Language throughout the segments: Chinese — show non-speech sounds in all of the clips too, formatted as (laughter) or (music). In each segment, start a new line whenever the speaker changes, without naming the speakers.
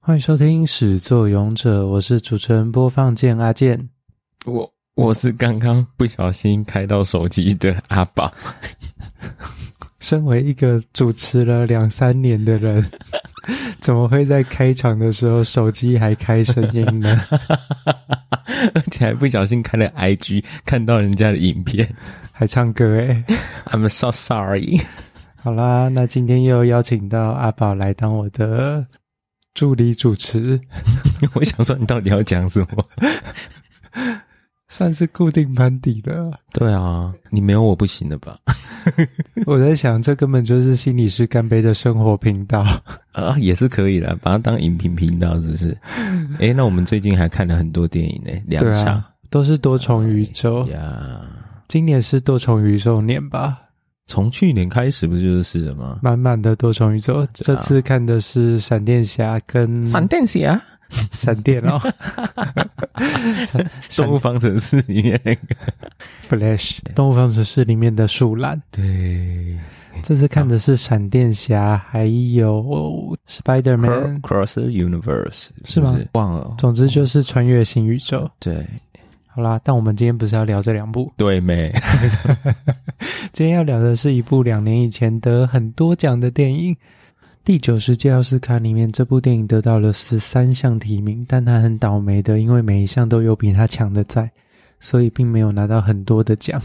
欢迎收听《始作俑者》，我是主持人播放键阿健。
我我是刚刚不小心开到手机的阿宝， (laughs)
身为一个主持了两三年的人， (laughs) 怎么会在开场的时候手机还开声音呢？ (laughs)
而且还不小心开了 IG，看到人家的影片。
还唱歌诶、
I'm so sorry。 (laughs)
好啦，那今天又邀请到阿宝来当我的助理主持，
我想说你到底要讲什么？
算是固定班底了。
对啊，你没有我不行的吧？
我在想，这根本就是心理师干杯的生活频道。
(laughs) 啊，也是可以的，把它当影评频道是不 (laughs) 是？诶，那我们最近还看了很多电影呢、两
对
场 Oh
啊，都是多重宇宙。
呀。
今年是多重宇宙年吧？
从去年开始不是就是了吗？
满满的多重宇宙。这次看的是闪电侠跟
啊闪电侠、
闪电
(laughs)
哦
动物方程式里面那个，
，Flash 动物方程式里面的树懒。
对
这次看的是闪电侠，还有哦 Spider Man。
，Cross the Universe
是
是
吗
不是？忘了，
总之就是穿越新宇宙。
对
好啦，但我们今天不是要聊这两部，
对没？
今天要聊的是一部两年以前得很多奖的电影。第九十届奥斯卡里面，这部电影得到了十三项提名，但它很倒霉的，因为每一项都有比它强的在，所以并没有拿到很多的奖。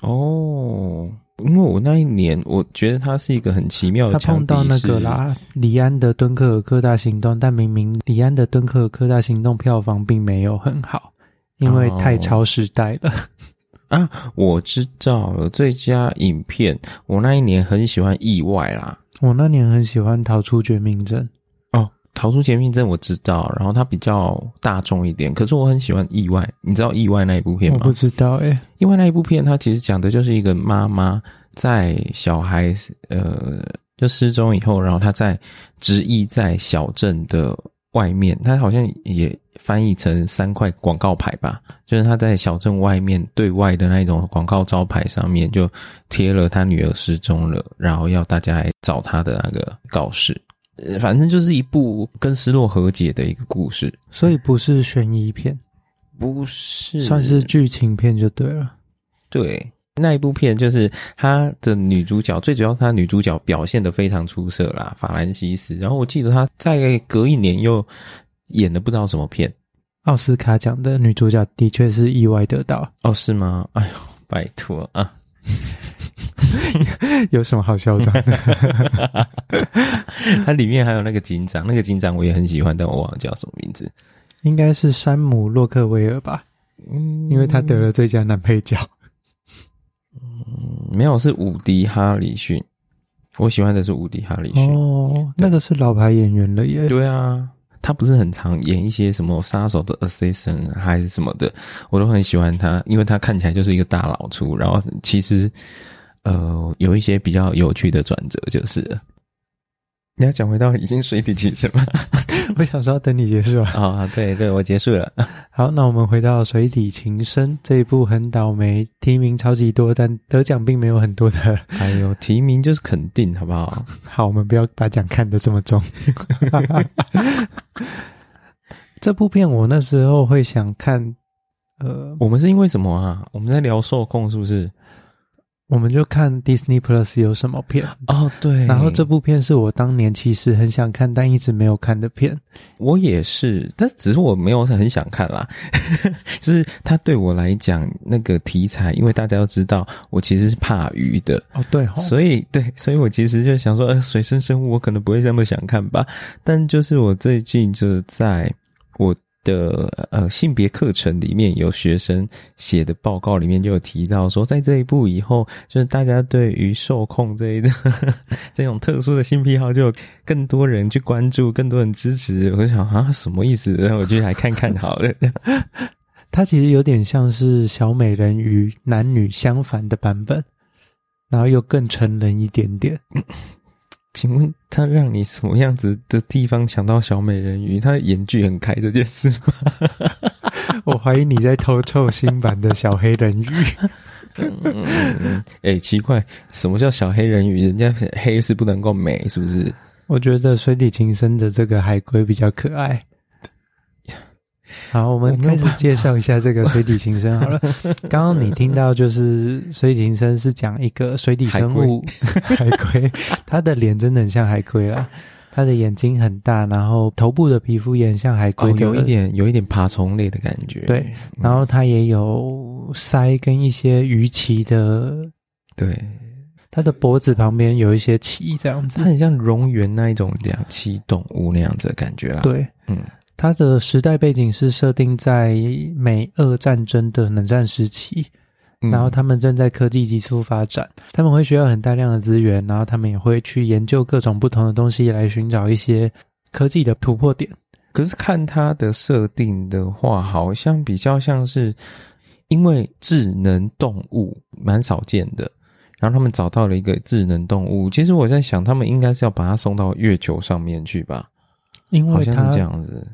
哦，因为我那一年，我觉得它是一个很奇妙
他
的哦强
碰
敌
到那个
是，
啦，李安的《敦刻尔克大行动》，但明明李安的《敦刻尔克大行动》票房并没有很好，因为太超时代了。
我知道了最佳影片，我那一年很喜欢《意外》啦。
(laughs) 我那年很喜欢《逃出绝命镇》，
哦，逃出绝命镇我知道，然后它比较大众一点，可是我很喜欢《意外》，你知道《意外》那一部片
我
吗
不？知道哎、
因为那一部片，它其实讲的就是一个妈妈在小孩呃就失踪以后，然后她在执意在小镇的外面，它好像也翻译成三块广告牌吧，就是她在小镇外面对外的那一种广告招牌上面就贴了她女儿失踪了，然后要大家来找她的那个告示。呃反正就是一部跟失落和解的一个故事，
所以不是悬疑片，
不是
算是剧情片就对了。
对，那一部片就是她的女主角，最主要她女主角表现的非常出色啦，法兰西斯。然后我记得她在隔一年又演了不知道什么片
奥斯卡奖的女主角的确是意外得到，
哦，是吗？哎呦，拜托啊！
(laughs) 有什么好嚣张的？
它里面还有那个警长，那个警长我也很喜欢，但我忘了叫什么名字。
(laughs) 应该是山姆·洛克威尔吧，
嗯
因为他得了最佳男配角。
嗯没有是伍迪·哈里逊，我喜欢的是伍迪·哈里逊。
哦，那个是老牌演员了耶。
对啊，他不是很常演一些什么杀手的 assassin 还是什么的，我都很喜欢他，因为他看起来就是一个大老粗，然后其实呃有一些比较有趣的转折，就是了你要讲回到已经水底情深吗？
我想说等你结束啊。
(laughs) 啊、对对，我结束了。
(laughs) 好，那我们回到《水底情深》这一部很倒霉，提名超级多，但得奖并没有很多的。
哎呦，提名就是肯定，好不好？
(laughs) 好，我们不要把奖看得这么重。 (laughs) 这部片我那时候会想看，呃，
(laughs) 我们是因为什么啊？我们在聊受控是不是？
我们就看 Disney Plus 有什么片。
哦，对
然后这部片是我当年其实很想看，但一直没有看的片。
我也是，但只是我没有很想看啦。 (laughs) 就是它对我来讲，那个题材，因为大家都知道，我其实是怕鱼的，
哦，对哦，
所以对，所以我其实就想说，呃，水生生物我可能不会这么想看吧。但就是我最近就是在我的呃性别课程里面，有学生写的报告里面就有提到说，在这一步以后，就是大家对于受控这一 (laughs) 这种特殊的性癖好，就有更多人去关注，更多人支持。我就想啊，什么意思？然后我就来看看好了。 (laughs)
它其实有点像是小美人鱼男女相反的版本，然后又更成人一点点。
请问他让你什么样子的地方抢到小美人鱼？他的眼距很开这件事吗？
(laughs) 我怀疑你在偷臭新版的小黑人鱼。
嗯嗯，哎、奇怪，什么叫小黑人鱼？人家黑是不能够美，是不是？
(laughs) 我觉得水底情深的这个海龟比较可爱。好，我们开始介绍一下这个水底情深 (laughs) 好了。刚刚你听到就是水底情深是讲一个水底生物
(laughs)
海龟，它的脸真的很像海龟啦，它的眼睛很大，然后头部的皮肤也很像海龟
哦，
的、
有一点嗯有一点爬虫类的感觉，
对，然后它也有鳃跟一些鱼鳍的，
对，
它的脖子旁边有一些鳍这样子
它。很像蝾螈那一种两栖动物那样子的感觉啦。，
对，
嗯，
它的时代背景是设定在美俄战争的冷战时期，
嗯
然后他们正在科技急速发展，他们会需要很大量的资源，然后他们也会去研究各种不同的东西来寻找一些科技的突破点。
可是看它的设定的话，好像比较像是因为智能动物蛮少见的，然后他们找到了一个智能动物。其实我在想，他们应该是要把它送到月球上面去吧？
因
好
为
像是
它
这样子。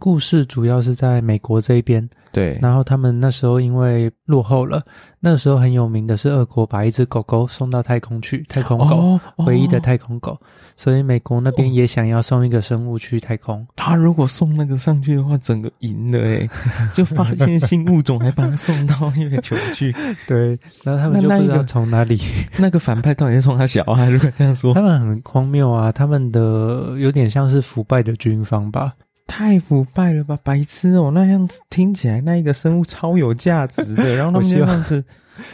故事主要是在美国这边，
对，
然后他们那时候因为落后了，那时候很有名的是俄国把一只狗狗送到太空去，太空狗、
哦
唯一的
哦
太空狗，所以美国那边也想要送一个生物去太空。
他如果送那个上去的话，整个赢了 (laughs) 诶、就发现新物种，还把它送到月球 (laughs) 去。
对，然后他
那
们就
那
不
一
知道
个
从哪里，
那个反派到底是冲他小啊？如果这样说
他，们很荒谬啊，他们的有点像是腐败的军方吧。
太腐败了吧，白痴哦！那样子听起来，那一个生物超有价值 (laughs) 的，然后他
我
们
希
就这
望
样子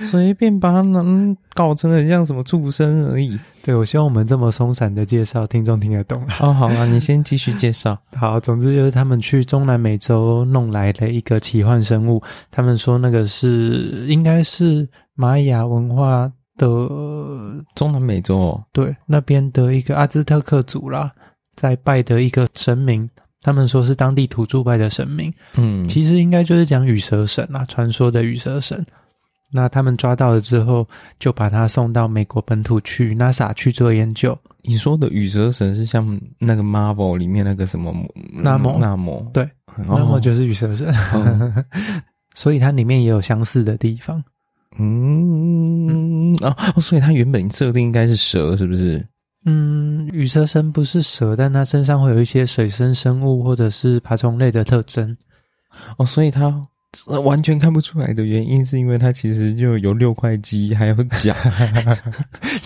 随便把它能搞成很像什么畜生而已。
对，我希望我们这么松散的介绍，听众听得懂了。
(laughs) 哦，好 (laughs) 啊，你先继续介绍。
好，总之就是他们去中南美洲弄来了一个奇幻生物，他们说那个是应该是玛雅文化的
中南美洲哦，
对那边的一个阿兹特克族啦，在拜的一个神明，他们说是当地土著拜的神明，
嗯，
其实应该就是讲羽蛇神啦，传说的羽蛇神。那他们抓到了之后，就把它送到美国本土去 NASA 去做研究。
你说的羽蛇神是像那个 Marvel 里面那个什么
纳摩
纳摩
对，那么就是羽蛇神， (laughs)
哦
所以它里面也有相似的地方。
嗯哦哦，所以它原本设定应该是蛇，是不是？
嗯，羽蛇神不是蛇，但它身上会有一些水生生物或者是爬虫类的特
(laughs)
征。
哦，所以它。呃完全看不出来的原因，是因为它其实就有六块肌，还有脚，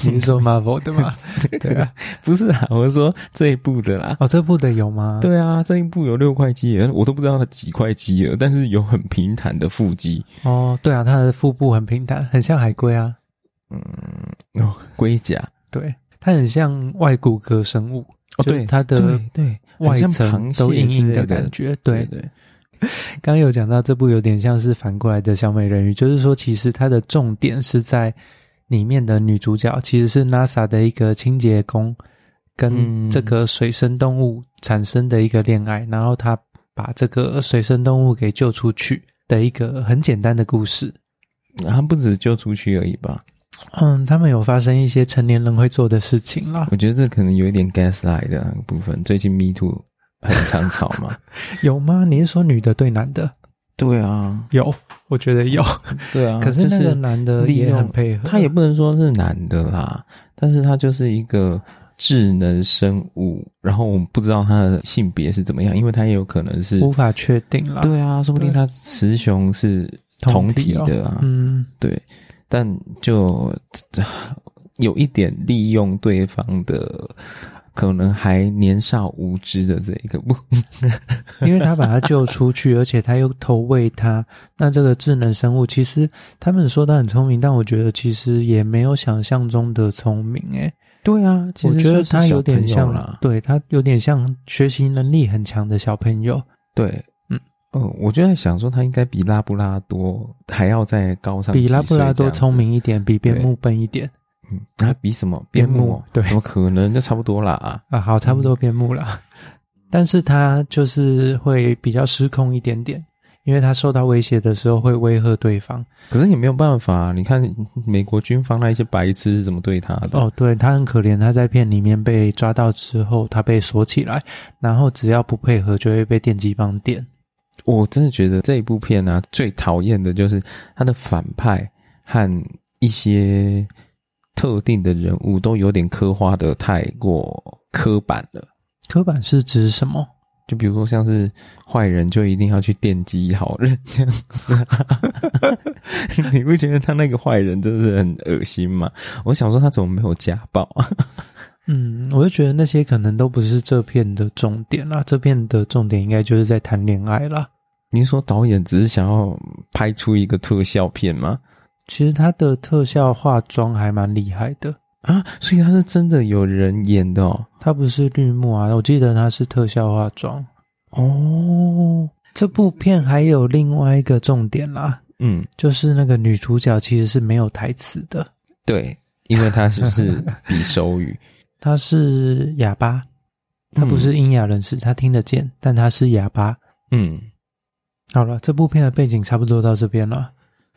你是说 Marvel 的吗？对啊，
(laughs) 不是啊，我是说这一部的啦。
(laughs) 哦，这部的有吗？，
对啊，这一部有六块肌，我都不知道它几块肌了，但是有很平坦的腹肌，
哦，对啊，它的腹部很平坦，很像海龟啊。
哦，龟甲，
对，它很像外骨骼生物。
哦，
就
对，
它的
对
外
很哎像
层
螃蟹
都硬硬
之类
的
的
感觉。
对
对，
对，
刚刚有讲到这部有点像是反过来的小美人鱼，就是说其实它的重点是在里面的女主角其实是 NASA 的一个清洁工，
嗯
跟这个水生动物产生的一个恋爱，然后她把这个水生动物给救出去的一个很简单的故事。
它不止救出去而已吧？
嗯，他们有发生一些成年人会做的事情啦，
我觉得这可能有一点 gaslight 的部分，最近 Me Too 很常吵嘛。
有吗？你是说女的对男的？
(laughs) 对啊，
有，我觉得有。
对啊，
可是
就
那
是
个男的
利
也
用
很配合，
他也不能说是男的啦，但是他就是一个智能生物，然后我们不知道他的性别是怎么样，因为他也有可能是
无法确定啦。
对啊，说不定他雌雄是同体
哦
的啊，
嗯，
对，但就有一点利用对方的。可能还年少无知的这一个不， (laughs)
因为他把他救出去，而且他又投喂他。那这个智能生物其实他们说他很聪明，但我觉得其实也没有想象中的聪明、欸。诶，
对啊，
我觉得他
他
有点像，
啦，
对他有点像学习能力很强的小朋友。
对，嗯嗯，我就在想说，他应该比拉布拉多还要再高上，
比拉布拉多聪。明一点，比边牧笨一点
嗯，啊，比什么边牧
边
哦？
牧对
怎么可能？就差不多啦、啊。
啊。好，差不多边牧
(laughs)
啦。但是他就是会比较失控一点点，因为他受到威胁的时候会威吓对方。
可是也没有办法、啊你看美国军方那一些白痴是怎么对他的？
哦，对他很可怜，他在片里面被抓到之后，他被锁起来，然后只要不配合就会被电击棒电。
我真的觉得这一部片呢、啊，最讨厌的就是他的反派和一些特定的人物都有点刻画的太过刻板了。
刻板是指什么？
就比如说像是坏人就一定要去电击好人这样子、啊 (laughs) 你不觉得他那个坏人真的是很恶心吗？我想说他怎么没有家暴啊？ (laughs)
嗯，我就觉得那些可能都不是这片的重点啦。这片的重点应该就是在谈恋爱啦。
你说导演只是想要拍出一个特效片吗？
其实它的特效化妆还蛮厉害的，
啊，所以他是真的有人演的哦。
它不是绿幕啊，我记得它是特效化妆。
哦，
这部片还有另外一个重点啦，
嗯，
就是那个女主角其实是没有台词的，
对，因为他是是比手语，
她是哑巴，她
嗯
不是聋哑人士，她听得见，但她是哑巴。
嗯，
好了，这部片的背景差不多到这边了，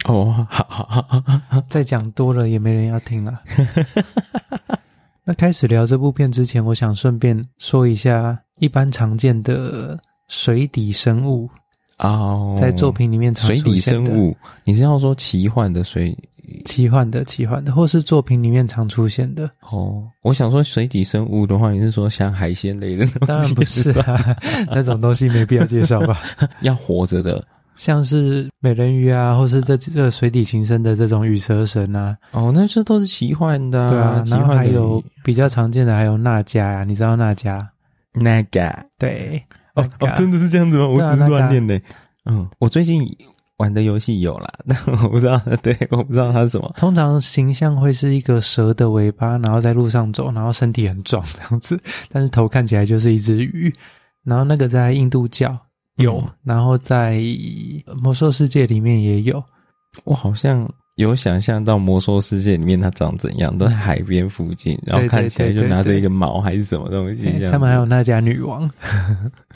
哦，好好好好好好，
再讲多了也没人要听
(laughs)
了。那开始聊这部片之前，我想顺便说一下一般常见的水底生物
哦，
在作品里面常
水
出
底
现
生
的
物，你是要说奇幻的水？
奇幻的奇幻的，或是作品里面常出现
(laughs)
的。
哦，我想说水底生物的话，你是说像海鲜类的东西？
当然不是
吧
啊， (laughs) 那种东西没必要介绍吧。
要活着的。
像是美人鱼啊，或是这这水底情深的这种羽蛇神啊，
哦，那这都是奇幻的、
对啊，
奇
然后
幻
还
的
有比较常见的还有娜迦呀、你知道娜迦？
那个
对，
哦
那
哦
个，
真的是这样子吗？我
对啊
只是
那
乱
个
念嘞。嗯，我最近玩的游戏有啦， (laughs) 但我不知道，对，我不知道它是什么。
通常形象会是一个蛇的尾巴，然后在路上走，然后身体很壮这样子， (laughs) 但是头看起来就是一只鱼。然后那个在印度教有，
嗯
然后在呃魔兽世界里面也有，
我好像有想象到魔兽世界里面它长怎样，都在海边附近，然后
对
看
对
起来
对
就
对
拿着
对
一个毛还是什么东西
哎
这样子。
他们还有那家女王，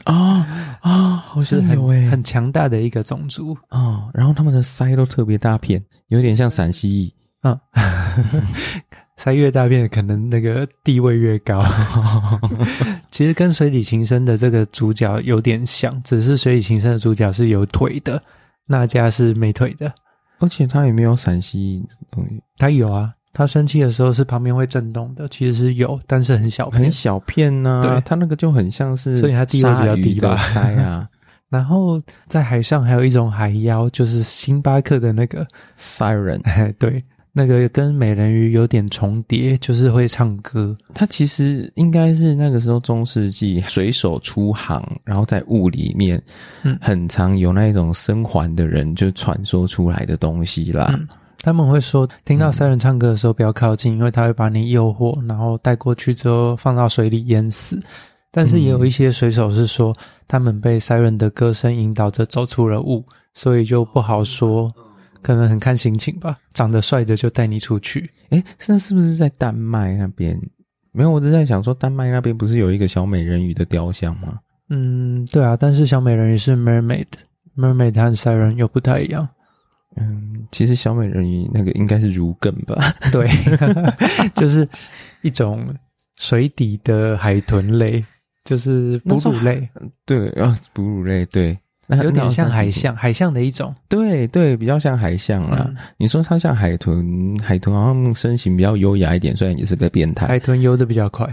啊啊，好
是
像有
很
诶，
很强大的一个种族。
哦，然后他们的腮都特别大片，有点像陕西裔。
嗯，塞越大便，可能那个地位越高。其实跟水底情深的这个主角有点像，只是水底情深的主角是有腿的，那家是没腿的。
而且他也没有陕西嗯东西，
他有啊，他生气的时候是旁边会震动的，其实是有，但是很小
很
片。
小片呐、
对
他那个就很像是，
所以它地位比较低吧
腮啊
然后在海上还有一种海妖，就是星巴克的那个，哎
，siren，
对，那个跟美人鱼有点重叠，就是会唱歌。 (laughs)
它啊其实应该是那个时候中世纪水手出航，然后在雾里面，
嗯
很常有那一种生还的人就传说出来的东西啦。
嗯他们会说，听到三人唱歌的时候不要靠近，因为他会把你诱惑，然后带过去之后放到水里淹死。但是也有一些水手是说，他们被 Siren 的歌声引导着走出了雾，所以就不好说，可能很看心情吧。长得帅的就带你出去，
诶，那是不是在丹麦那边？没有，我就在想说，丹麦那边不是有一个小美人鱼的雕像吗？
嗯，对啊。但是小美人鱼是 Mermaid，Mermaid 和 Siren 又不太一样。
嗯，其实小美人鱼那个应该是如艮吧？
(laughs) 对，就是一种水底的海豚类，就是哺
那时候
乳类，
对啊，哺乳类对，那
有点像海，
那
象，海象的一种。
对对，比较像海象啦。
嗯
你说它像海豚，海豚好像身形比较优雅一点，虽然也是个变态，
海豚游的比较快。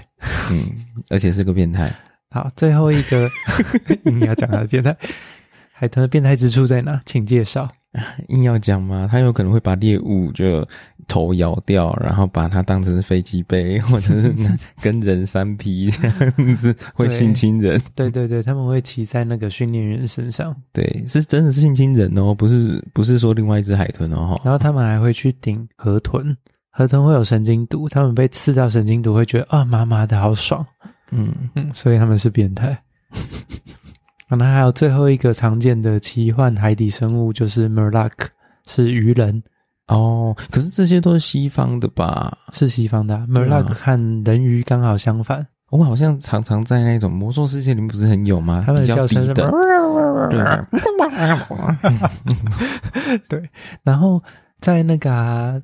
嗯，而且是个变态。
好，最后一 (laughs) 个硬要讲它的变态，海豚的变态之处在哪？请介绍。
硬要讲嘛，它有可能会把猎物就头咬掉，然后把它当成飞机杯， (laughs) 或者是拿跟人三 P 这样子，会
对
性侵人。
对对对，他们会骑在那个训练员身上，
对，是真的是性侵人哦，不是不是说另外一只海豚哦。
然后他们还会去顶河豚。河豚会有神经毒，他们被刺到神经毒会觉得啊麻麻的好爽，
嗯，
嗯，所以他们是变态。 (laughs) 啊那还有最后一个常见的奇幻海底生物就是 Murloc，是鱼人，
哦，可是这些都是西方的吧？
是西方的、啊。
对啊
Murloc 和人鱼刚好相反，
我好像常常在那种魔兽世界里面不是很有吗？
他们的
比
叫
较
声
低
是
等，对，
然后在那个啊、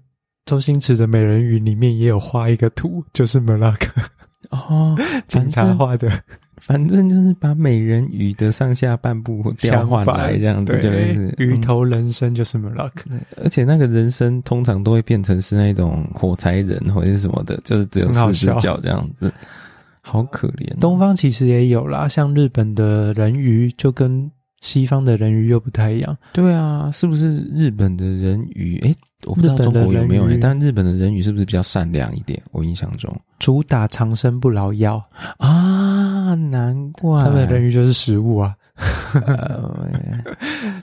周星驰的《美人鱼》里面也有画一个图，就是 m e r l o
(laughs)
c
(laughs) 哦，
(laughs) 警
反
察
正
画的，
反正就是把美人鱼的上下半部调换来这样子，
对
就是
鱼、头人身就是 m e r l o c
嗯而且那个人参通常都会变成是那种火柴人或者是什么的，就是只有
很好
四只
笑
脚这样子，好可怜哦。
东方其实也有啦，像日本的人鱼就跟西方的人鱼又不太一样。
对啊，是不是日本的人鱼？诶，我不知道
日本
中
的
国有没有、
人
诶，
鱼
但日本的人鱼是不是比较善良一点？我印象中
主打长生不老药，
啊，难怪
他们的人
鱼、
鱼就是食物啊，
呃、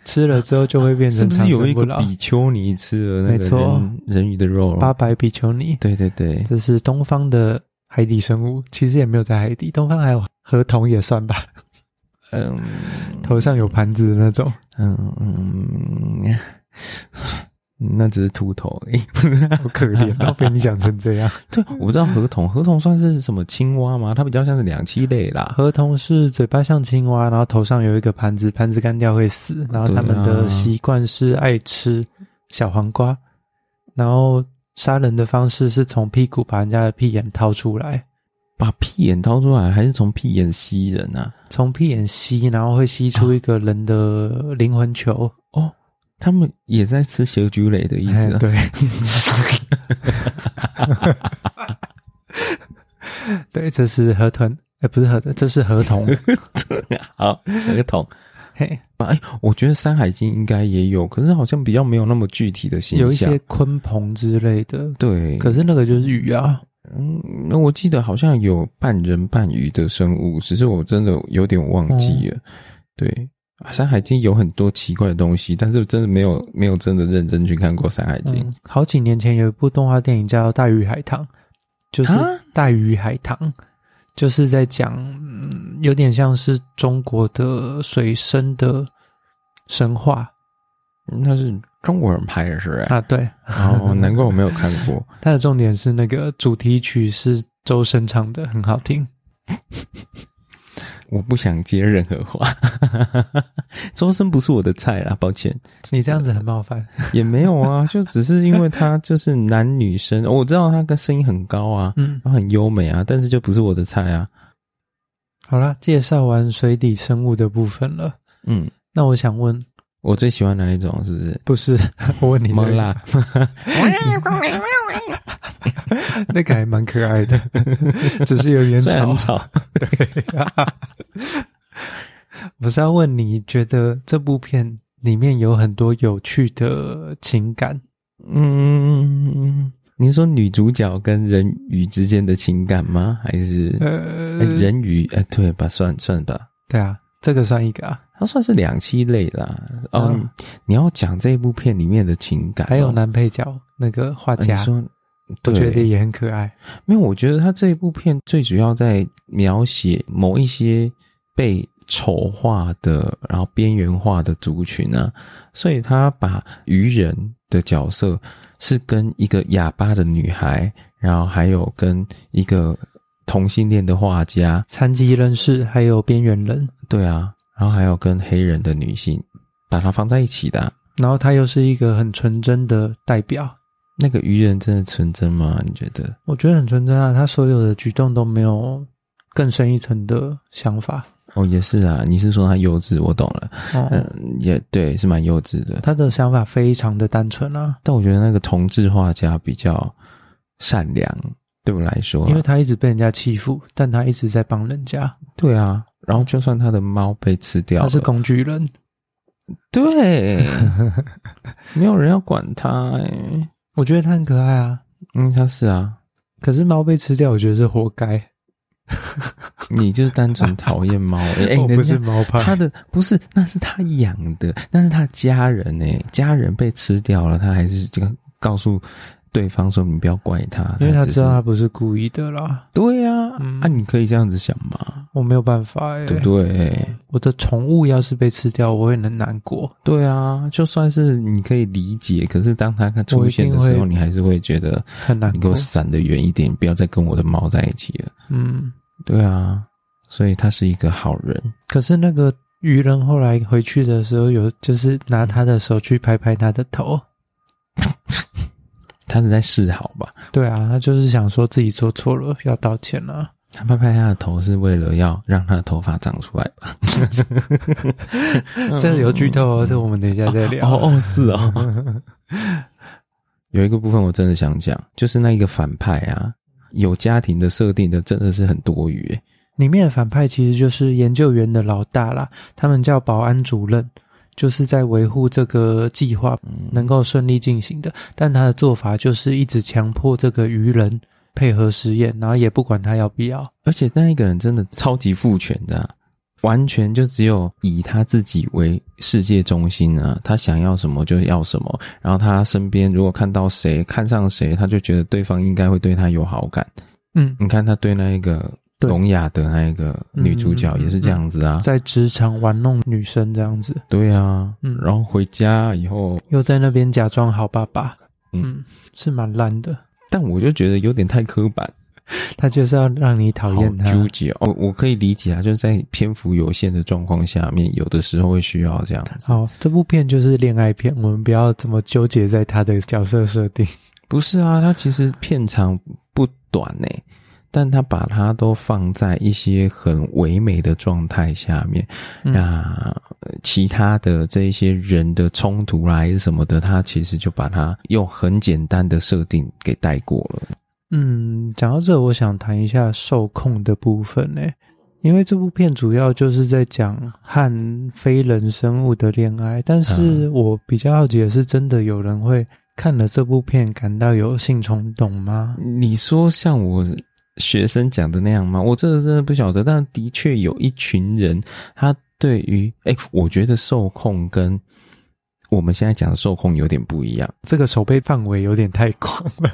吃了之后就会变
(laughs) 是
成
不
长
是有
生
一
不
个
老。
比哦丘尼吃了那
没
个
错
人人鱼的肉？
八百比丘尼，
对对对，
这是东方的海底生物，其实也没有在海底，东方还有河童也算吧，
嗯
头上有盘子的那种。
嗯嗯， (laughs) 那只是秃头而已。
好可怜，都被你讲成这样。
对，我知道河童，河童算是什么青蛙吗？它比较像是两栖类啦。
(laughs) 河童是嘴巴像青蛙，然后头上有一个盘子，盘子干掉会死。然后他们
对
的
啊
习惯是爱吃小黄瓜，然后杀人的方式是从屁股把人家的屁眼掏出来，
把屁眼掏出来，还是从屁眼吸人啊？
从屁眼吸，然后会吸出一个人的灵魂球。
哦，他们也在吃蛇居蕾的意
哎
思、啊。
对。 (laughs) 对，这是河豚，哎、不是河豚，这是河童。
(laughs) 好，河童，
嘿，
我觉得《山海经》应该也有，可是好像比较没有那么具体的形象。
有一些鲲鹏之类的，
对，
可是那个就是鱼啊，
嗯，那我记得好像有半人半鱼的生物，只是我真的有点忘记
嗯
了。对，啊《山海经》有很多奇怪的东西，但是真的没有没有真的认真去看过《山海经》
嗯，好几年前有一部动画电影叫《大鱼海棠》，就是
啊
《大鱼海棠》，就是在讲，嗯，有点像是中国的水生的神话
那是中国人拍的，是不是？
嗯啊。对，
(laughs) 哦，难怪我没有看过。
它的重点是那个主题曲是周深唱的，很好听。
我不想接任何话， (laughs) 周深不是我的菜啦，抱歉，
你这样子很冒犯，
(laughs) 也没有啊，就只是因为他就是男女生，我知道他跟声音很高啊，
嗯，
然后很优美啊，但是就不是我的菜啊，
(laughs) 好啦，介绍完水底生物的部分了，
嗯，
那我想问，
我最喜欢哪一种？是不是？
不是 (laughs) 我问你、
猫
那个，
辣，
那个还蛮可爱的， (laughs) 只是有点
虽然
吵
很。
(laughs)
吵，
我是要问你觉得这部片里面有很多有趣的情感，嗯
嗯，你说女主角跟人鱼之间的情感吗？还是、
呃
哎，人鱼？哎、对吧？算算吧，
对啊，这个算一个啊，
它算是两栖类啦。哦，
嗯
你要讲这部片里面的情感哦，
还有男配角那个画
啊你
家，
说，
我觉得
对，
也很可爱。
没有，我觉得他这部片最主要在描写某一些被丑化的，然后边缘化的族群啊，所以他把愚人的角色是跟一个哑巴的女孩，然后还有跟一个同性恋的画家，
残疾人士还有边缘人，
对啊，然后还有跟黑人的女性，把它放在一起的啊、
然后他又是一个很纯真的代表，
那个愚人真的纯真吗？你觉得？
我觉得很纯真啊，他所有的举动都没有更深一层的想法。
哦，也是啊，你是说他幼稚，我懂了，
哦，
嗯，也对，是蛮幼稚的。
他的想法非常的单纯啊，
但我觉得那个同志画家比较善良，对我来说啊，
因为他一直被人家欺负，但他一直在帮人家，
对啊，然后就算他的猫被吃
嗯
掉
他
了，
是工具人。 (laughs)
对，没有人要管他、欸，
我觉得他很可爱啊，
嗯，他是啊，
可是猫被吃掉，我觉得是活该。
你就是单纯讨厌猫，哎、
(laughs)
欸，
我哦
人
不是
家
猫派，
他的不是，那是他养的，那是他家人哎、家人被吃掉了，他还是这个告诉对方说你不要怪他，
因为他
只
知道
是
他不是故意的啦。
对呀、啊，
嗯
啊，你可以这样子想嘛，
我没有办法哎、
对不对？
我的宠物要是被吃掉，我会很难过。
对啊，就算是你可以理解，可是当它出现的
我一
时
定
候，
会
你还是会觉得
很难
你给
过
我。闪得远一点，不要再跟我的猫在一起了。
嗯，
对啊，所以他是一个好人。
可是那个渔人后来回去的时候，有就是拿他的手去拍拍他的头。
他是在示好吧？
对啊，他就是想说自己做错了，要道歉了、
他拍拍他的头是为了要让他的头发长出来吧？
这有剧透哦，这我们等一下再聊。
嗯哦哦，是哦。有一个部分我真的想讲，就是那一个反派啊，有家庭的设定的真的是很多余耶。
里面的反派其实就是研究员的老大啦，他们叫保安主任，就是在维护这个计划
嗯
能够顺利进行的。但他的做法就是一直强迫这个愚人配合实验，然后也不管他要不要。
而且那一个人真的超级父权的啊、完全就只有以他自己为世界中心啊，他想要什么就要什么。然后他身边如果看到谁看上谁，他就觉得对方应该会对他有好感。
嗯，
你看他对那一个
对
聋哑的那一个女主角
嗯嗯嗯
也是这样子啊，
在职场玩弄女生这样子，
对啊，
嗯
然后回家以后，
又在那边假装好爸爸，
嗯
嗯，是蛮烂的。
但我就觉得有点太刻板，
他就是要让你讨
好
厌他。
纠结哦。我可以理解啊，就是在篇幅有限的状况下面，有的时候会需要这样子。
好，这部片就是恋爱片，我们不要这么纠结在他的角色设定。
不是啊，它其实片长不短呢、但他把它都放在一些很唯美的状态下面，
嗯
那呃其他的这一些人的冲突啊啦还是什么的，他其实就把它用很简单的设定给带过了。
嗯，讲到这，我想谈一下受控的部分呢，因为这部片主要就是在讲和非人生物的恋爱，但
嗯
是我比较好奇的是，真的有人会看了这部片感到有性冲动吗？
你说像我学生讲的那样吗？我这个真的不晓得，但的确有一群人，他对于哎、我觉得受控跟我们现在讲的受控有点不一样。
这个手背范围有点太广了。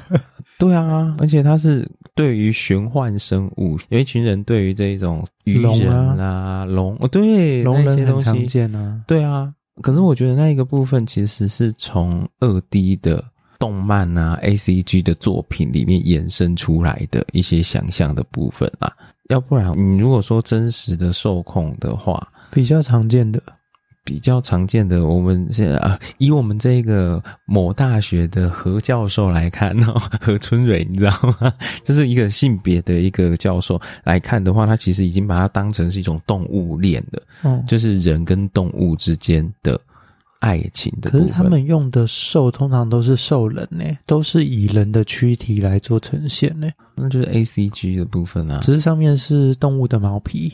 对啊，而且他是对于玄幻生物，有一群人对于这一种鱼人啦、龙、哦，对，
聋
那些
啊人很
东
常
西，
见啊，
对啊。可是我觉得那一个部分其实是从二 D 的动漫啊、A C G 的作品里面衍生出来的一些想象的部分啊。要不然，你如果说真实的受控的话，
比较常见的。
比较常见的，我们现在啊，以我们这个某大学的何教授来看哦， (laughs) 何春蕊，你知道吗？ (laughs) 就是一个性别的一个教授来看的话，他其实已经把它当成是一种动物恋了，
嗯，
就是人跟动物之间的爱情的
可
部分。
是他们用的兽通常都是兽人呢，都是以人的躯体来做呈现呢，
那就是 A C G 的部分啊，
只是上面是动物的毛皮。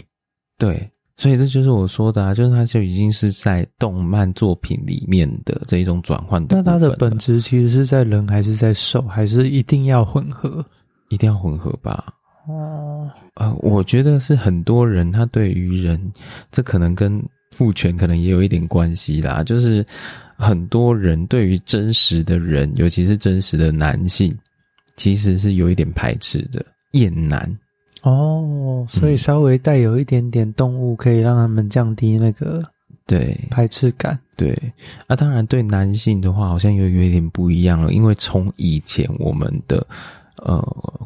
对，所以这就是我说的啊，就是它就已经是在动漫作品里面的这一种转换的
那
部分
它
了。
的本质其实是在人还是在兽，还是一定要混合？
一定要混合吧？
哦，
呃，我觉得是很多人他对于人，这可能跟父权可能也有一点关系啦。就是很多人对于真实的人，尤其是真实的男性，其实是有一点排斥的，厌男。
哦，所以
嗯
稍微带有一点点动物，可以让他们降低那个
对
排斥感。
对，啊，当然对男性的话，好像又有一点不一样了，因为从以前我们的呃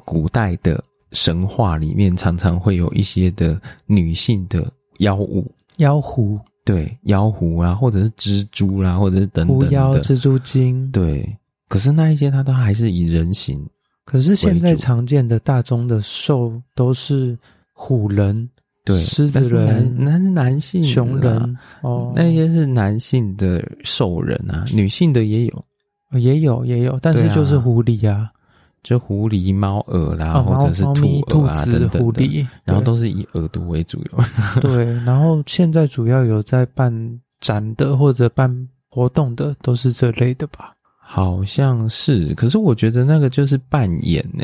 古代的神话里面，常常会有一些的女性的妖物，
妖狐、
对，妖狐啊啦，或者是蜘蛛啦，或者是等等
狐
的。
妖、蜘蛛精，
对，可是那一些它都还是以人形，
可是现在
为主
常见的大宗的兽都是虎人、
对，
狮子
那是
人
男那是男性
熊
啦
人，哦，
那些是男性的兽人啊，女性的也有，
哦也有也有，但是
对啊
就是狐狸啊，
就狐狸、哦猫耳啦，
啊，
或
猫
者是
猫咪、
兔
兔
耳啊
子、
等等
狐
的，
狸，
然后
对
都是以耳朵为主有。
对，然后现在主要有在办展的或者办活动的，都是这类的吧？
好像是，可是我觉得那个就是扮演呢、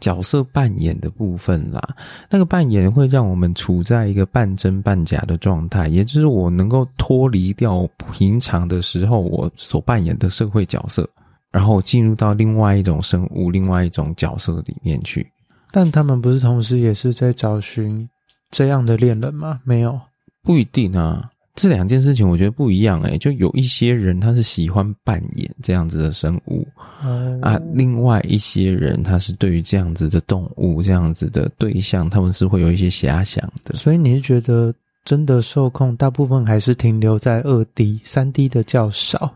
角色扮演的部分啦。那个扮演会让我们处在一个半真半假的状态，也就是我能够脱离掉平常的时候我所扮演的社会角色，然后进入到另外一种生物、另外一种角色里面去。
但他们不是同时也是在找寻这样的恋人吗？没有，
不一定啊，这两件事情我觉得不一样诶、就有一些人他是喜欢扮演这样子的生物，
哦
啊，另外一些人他是对于这样子的动物、这样子的对象，他们是会有一些遐想的。
所以你是觉得真的受控，大部分还是停留在二 D、三 D 的较少。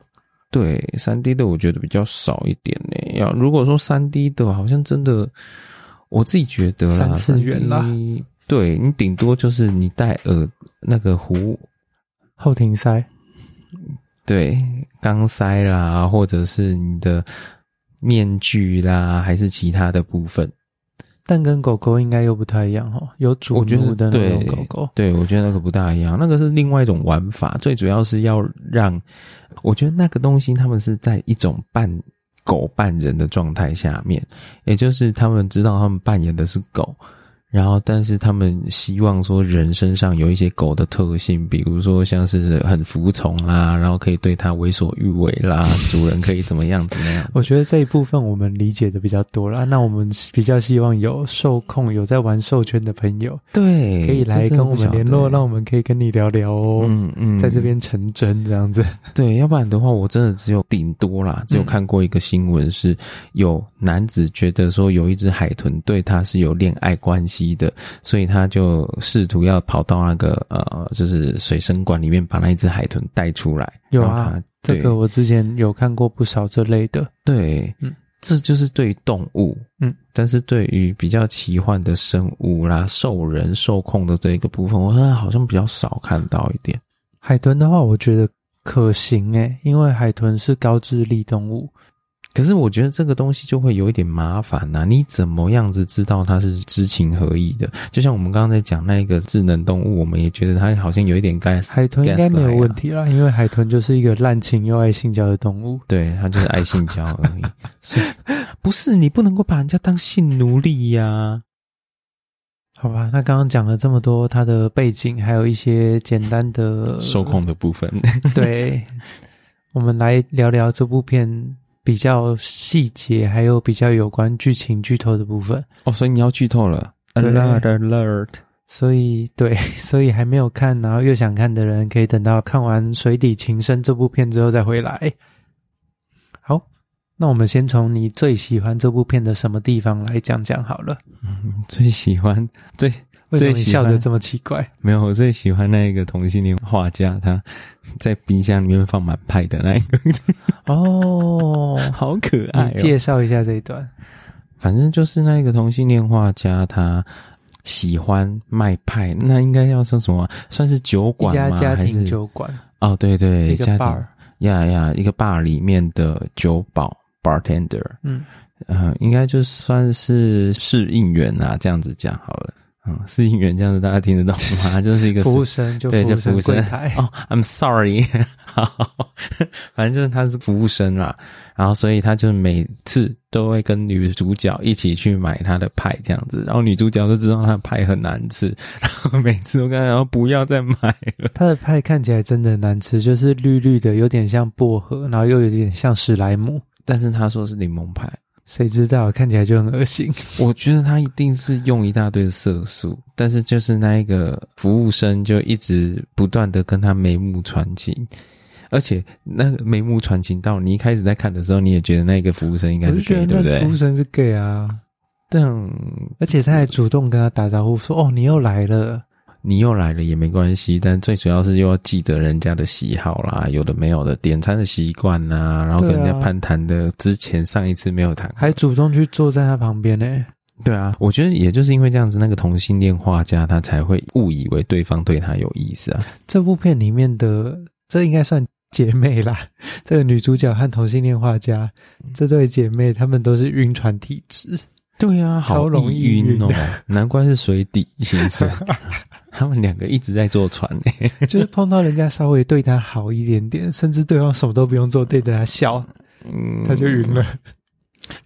对，三 D 的我觉得比较少一点呢。要如果说三 D 的，好像真的我自己觉得啦，
三次元啦
3D 对你顶多就是你戴耳那个胡
后庭塞，
对钢塞啦，或者是你的面具啦，还是其他的部分。
但跟狗狗应该又不太一样哦，有主
我觉
奴的
得
那种
对
狗狗，
对我觉得那个不大一样，那个是另外一种玩法，最主要是要让，我觉得那个东西他们是在一种半狗半人的状态下面，也就是他们知道他们扮演的是狗。然后，但是他们希望说人身上有一些狗的特性，比如说像是很服从啦，然后可以对它为所欲为啦，主人可以怎么样怎么 (laughs) 样。
我觉得这一部分我们理解的比较多
嗯
啦。那我们比较希望有受控、有在玩授圈的朋友，
对，
可以来
这
跟
真的不
我们
晓
联
得欸
络，让我们可以跟你聊聊哦。
嗯嗯，
在这边成真这样子，
对，要不然的话，我真的只有顶多
嗯
啦，只有看过一个新闻，是有男子觉得说有一只海豚对他是有恋爱关系的，所以他就试图要跑到那个呃，就是水生馆里面把那一只海豚带出来。
有
让
啊
它，
这
对
个我之前有看过不少这类的，
对，
嗯
这就是对于动物，
嗯，
但是对于比较奇幻的生物啦、兽人、兽控的这一个部分，我现在好像比较少看到一点。
海豚的话，我觉得可行诶，因为海豚是高智力动物，
可是我觉得这个东西就会有一点麻烦呐、你怎么样子知道它是知情合意的？就像我们刚刚在讲那个智能动物，我们也觉得它好像有一点该 (laughs)
海豚应该没
啊
有问题啦，因为海豚就是一个滥情又爱性交的动物。
对，它就是爱性交而已。所以不是你不能够把人家当性奴隶呀、
好吧，那刚刚讲了这么多它的背景，还有一些简单的
(laughs) 受。控的部分。
(laughs) 对，我们来聊聊这部片比较细节，还有比较有关剧情剧透的部分。
(laughs) 哦，所以你要剧透了。
对
Alert alert！
所以，对， (laughs) 所以还没有看，然后又想看的人，可以等到看完《水底情深》这部片之后再回来。好，那我们先从你最喜欢这部片的什么地方来讲讲好了。
最喜欢最
为什么
最
你
喜
笑得
欢
这么奇怪？
没有，我最喜欢那一个同性恋画家，他在冰箱里面放满派的那一个，
(laughs) 哦，
好可爱、哦
你。介绍一下这一段。
反正就是那个同性恋画家，他喜欢卖派，那应该要说什么啊？算是酒
一
馆
家
吗？
家
还
庭
是
酒馆，
哦，对对，
一个
家庭
bar，
呀呀，一个 bar 里面的酒保 bartender，
嗯，
呃，应该就算是侍应员啊，这样子讲好了。嗯，侍应员这样子大家听得懂
(laughs)
吗？就是一个
服务生就服
对，就
务
服务
生
生
柜 (laughs) 台。
(laughs) 哦、i m sorry，好，反正就是他是服务生啦，然后所以他就每次都会跟女主角一起去买他的派这样子，然后女主角就知道他的派很难吃， (laughs) 然后每次都跟他说不要再买了。
它的派看起来真的很难吃，就是绿绿的，有点像薄荷，然后又有点像史莱姆，
但是他说是柠檬派，
谁知道看起来就很恶心。
我觉得他一定是用一大堆的色素，但是就是那一个服务生就一直不断的跟他眉目传情，而且那个眉目传情到你一开始在看的时候，你也觉得那个服务生应该
我
是
就觉得
gay，对不
那
对
服务？生是 gay 啊，
但
而且他还主动跟他打招呼说：“哦，你又来了。
你又来了也没关系，但最主要是又要记得人家的喜好啦，有的没有的，点餐的习惯啦，然后跟人家
对啊
攀谈的之前上一次没有谈”过
还主动去坐在他旁边欸呢。
对啊，我觉得也就是因为这样子，那个同性恋画家他才会误以为对方对他有意思啊。
这部片里面的这应该算姐妹啦， (laughs) 这个女主角和同性恋画家这对姐妹，她们都是晕船体质。 (laughs)
对啊，
超
好
容易
易
晕
晕哦，难怪是水底先
(laughs)
生。他们两个一直在坐船诶、
就是碰到人家稍微对他好一点点，甚至对方什么都不用做，对着他笑，(laughs)
嗯，
他就晕了。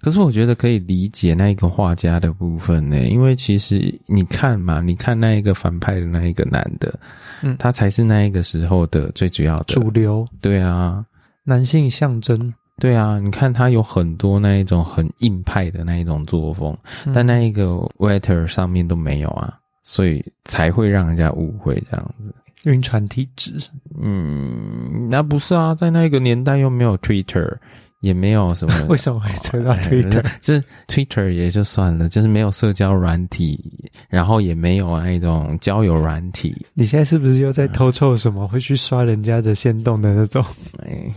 可是我觉得可以理解那一个画家的部分呢、因为其实你看嘛，你看那一个反派的那一个男的，
嗯
他才是那一个时候的最主要的
主流
对啊，
男性象征，
对啊，你看他有很多那一种很硬派的那一种作风，
嗯
但那一个 waiter 上面都没有啊，所以才会让人家误会这样子。
晕船体质，
嗯，那不是啊，在那个年代又没有 Twitter，也没有什么
(laughs) 为什么会扯到
哎
Twitter？
就是 Twitter 也就算了，就是没有社交软体，然后也没有那种交友软体。
你现在是不是又在偷臭什么？会去刷人家的线动的那 (laughs) 种？
哎、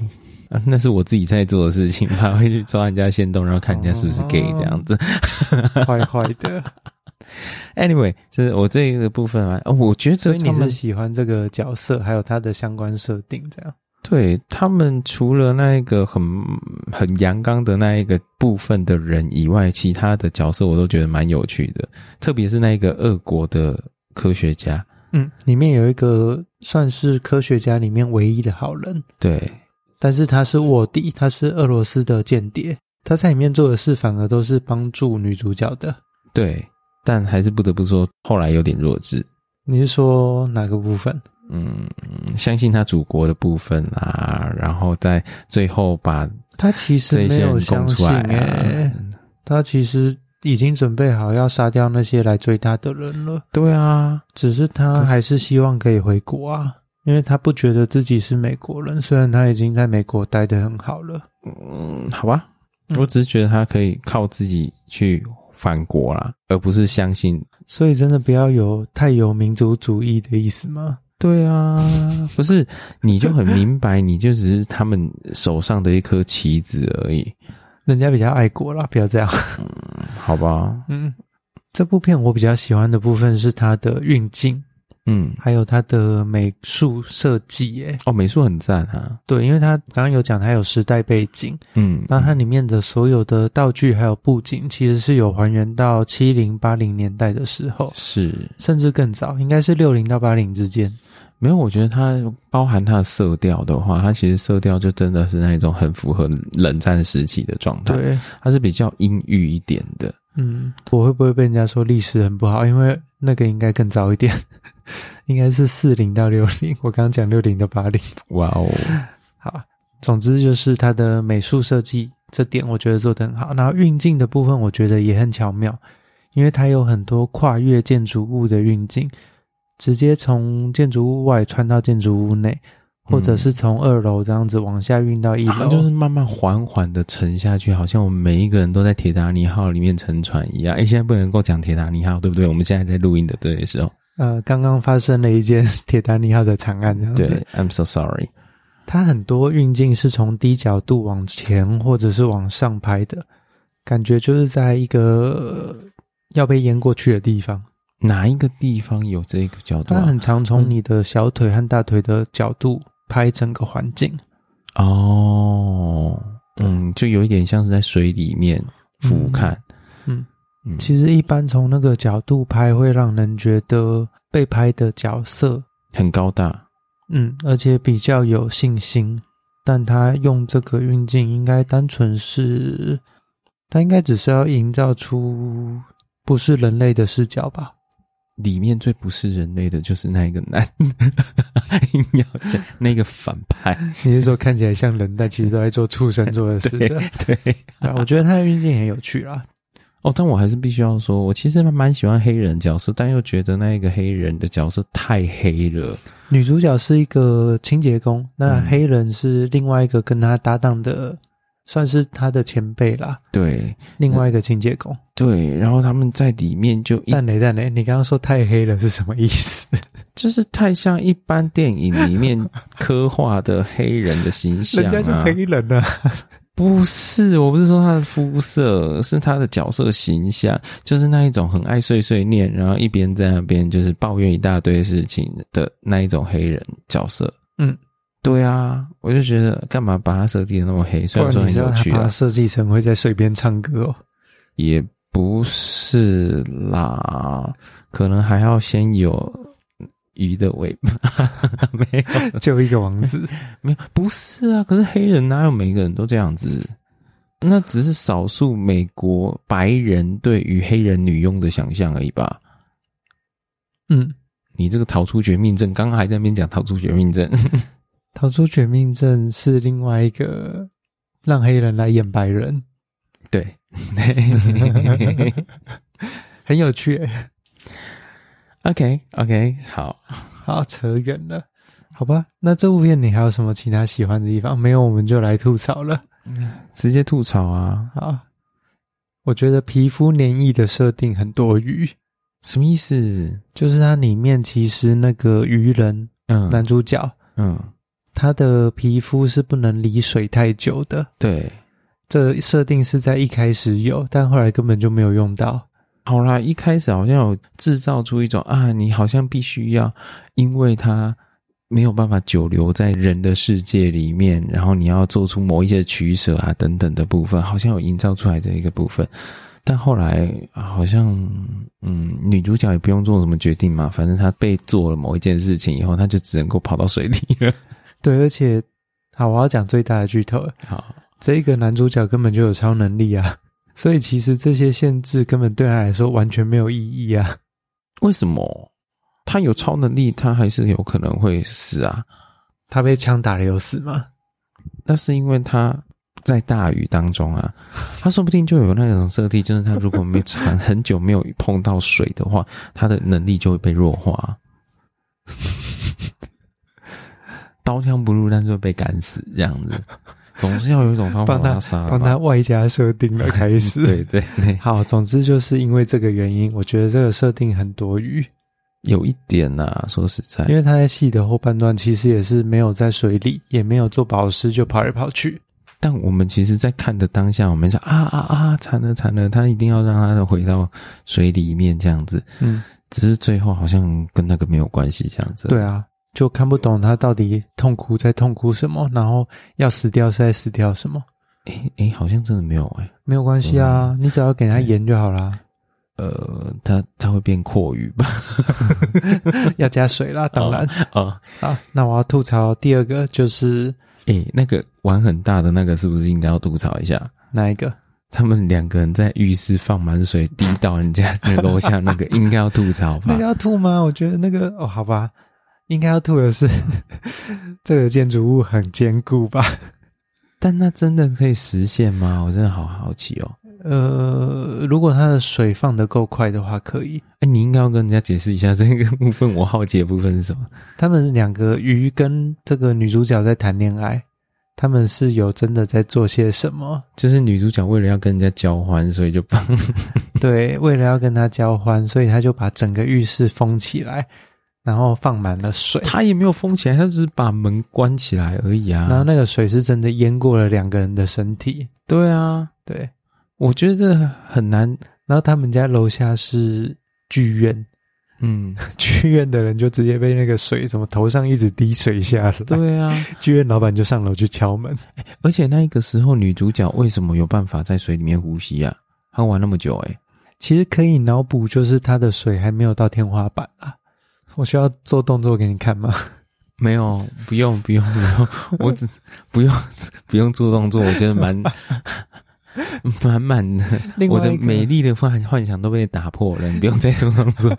啊那是我自己在做的事情吧，会去抓人家先动，然后看人家是不是 gay 这样子。
坏坏的。
anyway，就是我这个部分啊，哦我觉
所
得
以
他
你
们
是喜欢这个角色，还有他的相关设定，这样
对他们除了那一个很很阳刚的那一个部分的人以外，其他的角色我都觉得蛮有趣的，特别是那一个俄国的科学家，
嗯，里面有一个算是科学家里面唯一的好人，
对
但是他是卧底，他是俄罗斯的间谍，他在里面做的事反而都是帮助女主角的。
对，但还是不得不说，后来有点弱智。
你是说哪个部分？
嗯，相信他祖国的部分啊，然后在最后把
他其
这
实没
些
有
人供
相
出
信、
来
欸，
啊。
他其实已经准备好要杀掉那些来追他的人了，
对啊，
只是他还是希望可以回国啊，因为他不觉得自己是美国人，虽然他已经在美国待得很好了。
嗯，好吧，
嗯
我只是觉得他可以靠自己去反国啦，而不是相信。
所以真的不要有太有民族主义的意思吗？
对啊， (laughs) 不是，你就很明白，你就只是他们手上的一颗棋子而已，
人家比较爱国啦，不要这样。
好吧？
嗯， (laughs) 这部片我比较喜欢的部分是它的运镜，
嗯，
还有它的美术设计。耶，
哦，美术很赞啊，
对，因为它刚刚有讲它有时代背景，
嗯，
那它里面的所有的道具还有布景，其实是有还原到七零八零年代的时候，
是
甚至更早，应该是六零到八零之间。
没有，我觉得它包含它的色调的话，它其实色调就真的是那一种很符合冷战时期的状态，
对，
它是比较阴郁一点的。
嗯，我会不会被人家说历史很不好？因为那个应该更早一点， (laughs) 应该是四零到六零。我刚刚讲六零到八零。
哇哦，
好，总之就是它的美术设计这点，我觉得做得很好。然后运镜的部分，我觉得也很巧妙，因为它有很多跨越建筑物的运镜，直接从建筑物外穿到建筑物内，或者是从二楼这样子往下运到一
它
楼，
嗯就是慢慢缓缓的沉下去，好像我们每一个人都在铁达尼号里面沉船一样。哎，现在不能够讲铁达尼号，对不对？我们现在在录音的这个时候，
呃，刚刚发生了一件铁达尼号的惨案，这样子。
对，I'm so sorry。
它很多运镜是从低角度往前或者是往上拍的，感觉就是在一个、呃要被淹过去的地方。
哪一个地方有这个角度
它
啊？
很常从你的小腿和大腿的角度拍整个环境，
哦，嗯，就有一点像是在水里面俯瞰。
嗯
嗯
其实一般从那个角度拍，会让人觉得被拍的角色，
很高大。
嗯，而且比较有信心。但他用这个运镜，应该单纯是，他应该只是要营造出不是人类的视角吧？
里面最不是人类的就是那一个男， (laughs) 硬要讲那个反派，
(laughs) 你是说看起来像人，但其实都在做畜生做的 (laughs) 事
对
的？
对。
对啊，我觉得他的运镜很有趣啦。
哦，但我还是必须要说，我其实蛮喜欢黑人角色，但又觉得那一个黑人的角色太黑了。
女主角是一个清洁工，那
嗯
黑人是另外一个跟她搭档的，算是她的前辈啦。
对
另外一个清洁工，
对，然后他们在里面就一
蛋雷蛋雷，你刚刚说太黑了是什么意思？
就是太像一般电影里面刻画的黑人的形象、
人
啊、
家就黑人了，
不是，我不是说他的肤色，是他的角色形象，就是那一种很爱碎碎念，然后一边在那边就是抱怨一大堆事情的那一种黑人角色。
嗯，
对啊，我就觉得干嘛把他设计的那么黑？虽
不
然
然
说
你
很
知道
有
他
趣
把
啊
它，设计成会在水边唱歌哦。
(laughs) 也不是啦，可能还要先有鱼的尾巴， (laughs) 没有
就一个王子，
没有，不是啊。可是黑人哪有每个人都这样子？那只是少数美国白人对于黑人女佣的想象而已吧？
嗯，
你这个逃出绝命镇，刚刚还在那边讲逃出绝命镇， (laughs)
逃出绝命镇是另外一个让黑人来演白人，
对， (laughs)
很有趣欸、 (laughs)
OK OK，好，
好，扯远了，好吧？那这部片你还有什么其他喜欢的地方？没有，我们就来吐槽了。
直接吐槽啊，
好，我觉得皮肤黏液的设定很多余，
什么意思？
就是它里面其实那个鱼人
嗯
男主角，
嗯，
他的皮肤是不能离水太久的。
对，
这设定是在一开始有，但后来根本就没有用到。
好啦，一开始好像有制造出一种啊，你好像必须要，因为他没有办法久留在人的世界里面，然后你要做出某一些取舍啊等等的部分，好像有营造出来这一个部分。但后来好像，嗯，女主角也不用做什么决定嘛，反正她被做了某一件事情以后，她就只能够跑到水里了。
对，而且，好，我要讲最大的剧透了，
好，
这个男主角根本就有超能力啊， (laughs) 所以其实这些限制根本对他来说完全没有意义啊。
为什么她有超能力，她还是有可能会死啊？
他被枪打了有死吗？
那是因为她在大雨当中
(laughs)
啊，她说不定就有那种设定，就是她如果没长很久没有碰到水的话，她的能力就会被弱化。 (laughs) 刀枪不入，但是会被赶死，这样子，总是要有一种方法
帮
把
他
她杀了吧。
帮他外加设定了开始。
对对对，
好，总之就是因为这个原因，我觉得这个设定很多余，
有一点呐、说实在，
因为他在戏的后半段其实也是没有在水里，也没有做保湿就跑来跑去。
但我们其实，在看的当下，我们想啊啊啊，惨了惨了，他一定要让他回到水里面这样子。
嗯，
只是最后好像跟那个没有关系这样子。
对啊，就看不懂他到底痛苦在痛苦什么，然后要死掉是在死掉什么。
诶，诶好像真的没有诶。
没有关系啊，你只要给他盐就好 (laughs) 啦，
呃，他他会变阔鱼吧？ (laughs)
要加水啦，当然。
哦，
好，那我要吐槽第二个就是
诶，那个碗很大的那个是不是应该要吐槽一下？
哪一个？
他们两个人在浴室放满水滴到人家那楼
(laughs)
下那个，应该要吐槽吧
那个？要吐吗？我觉得那个哦，好吧，应该要吐的是 (laughs) 这个建筑物很坚固吧？
但那真的可以实现吗？我真的好好奇哦。
呃，如果它的水放得够快的话，可以。
哎、你应该要跟人家解释一下这个部分，我好奇的部分是什么？
他们两个鱼跟这个女主角在谈恋爱，他们是有真的在做些什
(laughs)
么？
就是女主角为了要跟人家交欢，所以就
(laughs)
帮
对，为了要跟他交欢，所以他就把整个浴室封起来，然后放满了水。
她也没有封起来，她只是把门关起来而已啊。
然后那个水是真的淹过了两个人的身体，
对啊，
对。
我觉得这很难。
然后他们家楼下是剧院， (laughs)
嗯，
剧院的人就直接被那个水怎么头上一直滴水下来，
对啊，
剧院老板就上楼去敲门。
而且那个时候女主角为什么有办法在水里面呼吸啊？她玩那么久、欸，诶，
其实可以脑补，就是它的水还没有到天花板啊。我需要做动作给你看吗？ (laughs)
没有，不用，不用，不用，我 (laughs) 只不用不用做动作，我觉得蛮满满的，
另
我
外
的
一个
美丽的幻幻想都被打破了，你不用再做动作。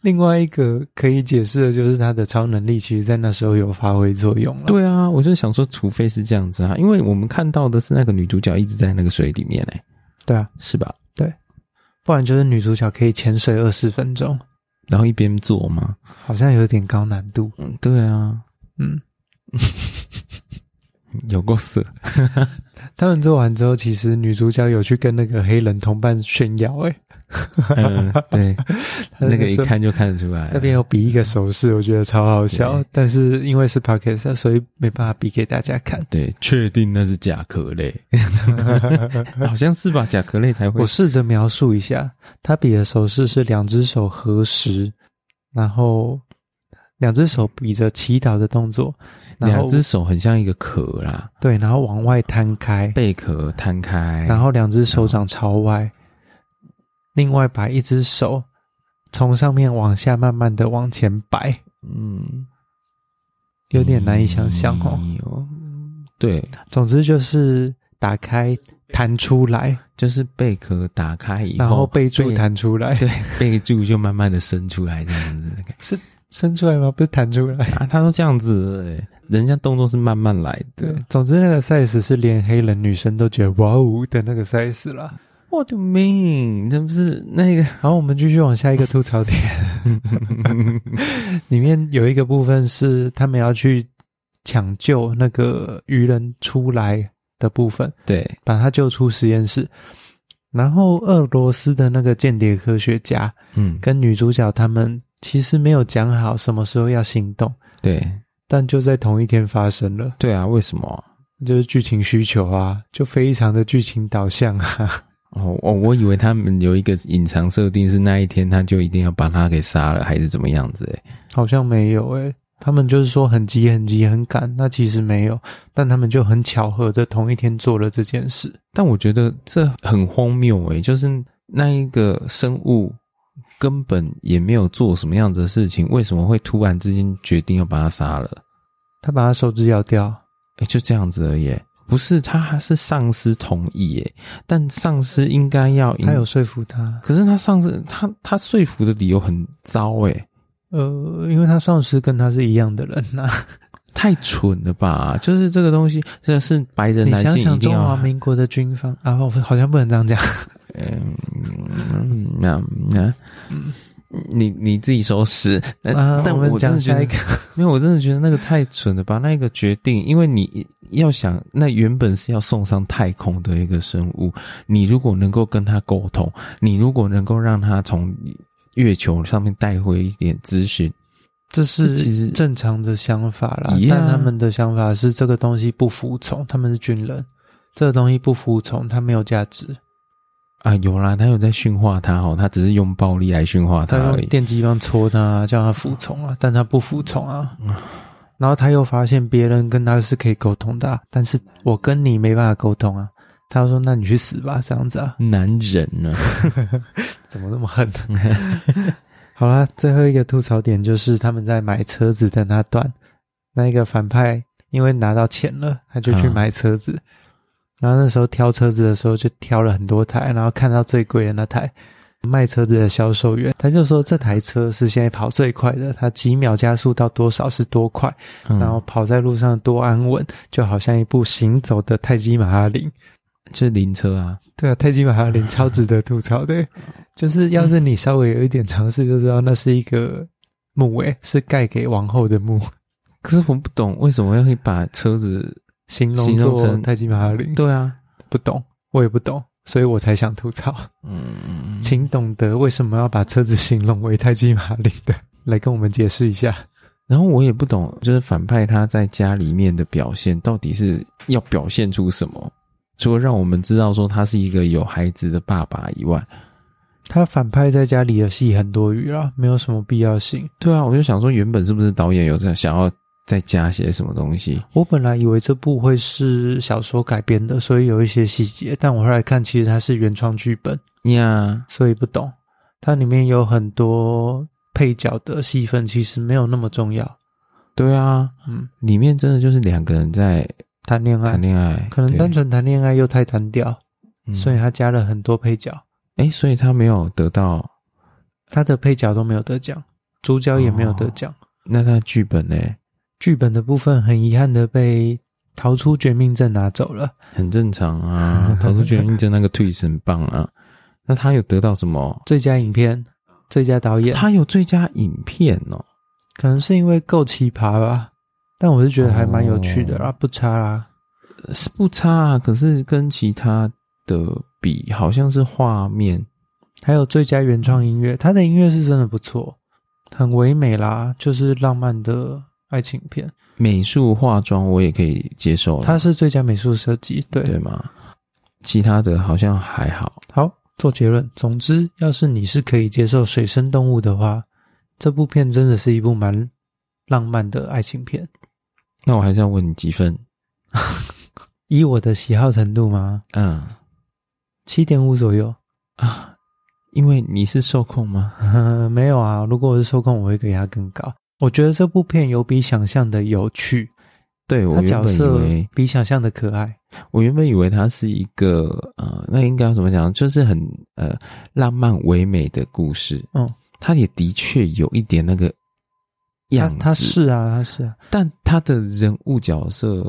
另外一个可以解释的就是它的超能力，其实在那时候有发挥作用了。，
(laughs) 对啊，我就想说，除非是这样子啊，因为我们看到的是那个女主角一直在那个水里面、欸，
对啊，
是吧？
不然就是女主角可以潜水二十分钟，
然后一边做嘛，
好像有点高难度。
嗯，对啊，
嗯，
(laughs) 有够色，
他们做完之后，其实女主角有去跟那个黑人同伴炫耀、欸，
嗯，对，
她
那个一
时候
看就看得出来，
那边有比一个手势，我觉得超好笑
对。
但是因为是 podcast，所以没办法比给大家看。
对，确定那是甲壳类，
(laughs)
好像是吧？甲壳类才会
我，试着描述一下，他比的手势是两只手合十，然后两只手比着祈祷的动作，然
两
后
只手很像一个壳啦，
对，然后往外摊开，
贝壳摊开，
然后两只手掌朝外，另外把一只手从上面往下慢慢的往前摆，
嗯，
有点难以想象哦。
哎呦对，
总之就是打开弹出来，
就是贝壳打开以后，
然后备注弹出来，
对，备注就慢慢的伸出来这样子。
(laughs) 伸出来吗？不是弹出来。
啊，他都这样子了欸，人家动作是慢慢来的。
对，总之那个 size 是连黑人女生都觉得哇哦的那个 size 啦。
我的命，这不是那个
然后我们继续往下一个吐槽点，里面有一个部分是他们要去抢救那个鱼人出来的部分，
对，
把他救出实验室。然后俄罗斯的那个间谍科学家
嗯，
跟女主角他们其实没有讲好什么时候要行动，
对
但就在同一天发生了，
对啊，为什么啊？
就是剧情需求啊，就非常的剧情导向啊。
哦哦，我以为他们有一个隐藏设定是那一天他就一定要把他给杀了，还是怎么样子？哎，
好像没有诶、欸他们就是说很急、很急、很赶，那其实没有，但他们就很巧合的同一天做了这件事。
但我觉得这很荒谬诶、就是那一个生物根本也没有做什么样子的事情，为什么会突然之间决定要把它杀了？
他把他手指咬掉，
诶、就这样子而已欸、不是他还是上司同意诶、欸但上司应该要
他有，说服他，
可是他上司他他说服的理由很糟欸诶、
呃，因为他上司跟他是一样的人呐、
太蠢了吧！就是这个东西，这是白
(laughs)
人
你
男
想
性一
想
定
中
要啊
华民国的军方啊，我好像不能这样讲。
嗯，嗯那那，你你自己收拾。 (laughs) 但
啊
但
我们
我真
讲
的觉
下
得
一个，
没有，我真的觉得那个太蠢了吧？那个决定，因为你要想，那原本是要送上太空的一个生物，你如果能够跟他沟通，你如果能够让他从月球上面带回一点资讯，
这
这其实
是正常的想法啦。
一样啊
但他们的想法是这个东西不服从，他们是军人，这个东西不服从，它没有价值。
啊，有啦，他有在驯化他哦，他只是用暴力来驯化他
他用
而已。
电击棒戳他，叫他服从啊，但他不服从啊。
嗯
然后他又发现别人跟他是可以沟通的啊、但是我跟你没办法沟通啊。他说：“那你去死吧，这样子啊，
男人呢、
怎么那么狠？” (laughs) 好啦，最后一个吐槽点就是他们在买车子的那段，那一个反派因为拿到钱了，他就去
嗯
买车子。然后那时候挑车子的时候就挑了很多台，然后看到最贵的那台。卖车子的销售员他就说这台车是现在跑最快的，它几秒加速到多少是多快，
嗯
然后跑在路上多安稳，就好像一部行走的泰姬玛哈林。
就是灵车啊，
对啊，泰姬玛哈林超值得吐槽的，就是要是你稍微有一点常识，就知道那是一个墓诶，是盖给王后的 (laughs) 墓，
可是我不懂为什么会把车子？
形容
形容
做
成
泰姬玛哈林，
对啊，
不懂，我也不懂，所以我才想吐槽，
嗯，
请懂得为什么要把车子形容为泰姬玛哈林的， (laughs) 来跟我们解释一下。
然后我也不懂，就是反派他在家里面的表现到底是要表现出什么？除了让我们知道说他是一个有孩子的爸爸以外，
他反派在家里的戏很多余啦，没有什么必要性。
对啊，我就想说，原本是不是导演有在想要再加些什么东西？
我本来以为这部会是小说改编的，所以有一些细节，但我后来看，其实它是原创剧本，
呀、
所以不懂。它里面有很多配角的戏份，其实没有那么重要。
对啊，
嗯，
里面真的就是两个人在
谈恋爱
谈恋爱，
啊可能
对
单纯谈恋爱又太单调，
嗯
所以他加了很多配角，
哎，所以他没有得到
他的配角都没有得奖，主角也没有得奖。
那他的剧本呢，
剧本的部分很遗憾的被逃出绝命镇拿走了。
很正常
(laughs)
啊，逃出绝命镇那个 twist 很棒啊。那他有得到什么？
最佳影片、最佳导演，
他有最佳影片哦，
可能是因为够奇葩吧，但我是觉得还蛮有趣的啦，
哦
不差啦。
是不差啊，可是跟其他的比，好像是画面
还有最佳原创音乐，它的音乐是真的不错，很唯美啦，就是浪漫的爱情片。
美术化妆我也可以接受了，
它是最佳美术设计，对，
哦对吗？其他的好像还好，
好做结论。总之，要是你是可以接受水生动物的话，这部片真的是一部蛮浪漫的爱情片。
那我还是要问你几分？
以我的喜好程度吗？
嗯
七点五左右。 (laughs)
啊，因为你是受控吗？
呃，没有啊，如果我是受控，我会给他更高。我觉得这部片有比想象的有趣，
对我
他
原
角
本以
色
为
比想象的可爱。
我原本以为它是一个呃，那应该要怎么讲？就是很呃浪漫唯美的故事。
嗯，
它也的确有一点那个
他
样子，
他是啊，他是啊，
但他的人物角色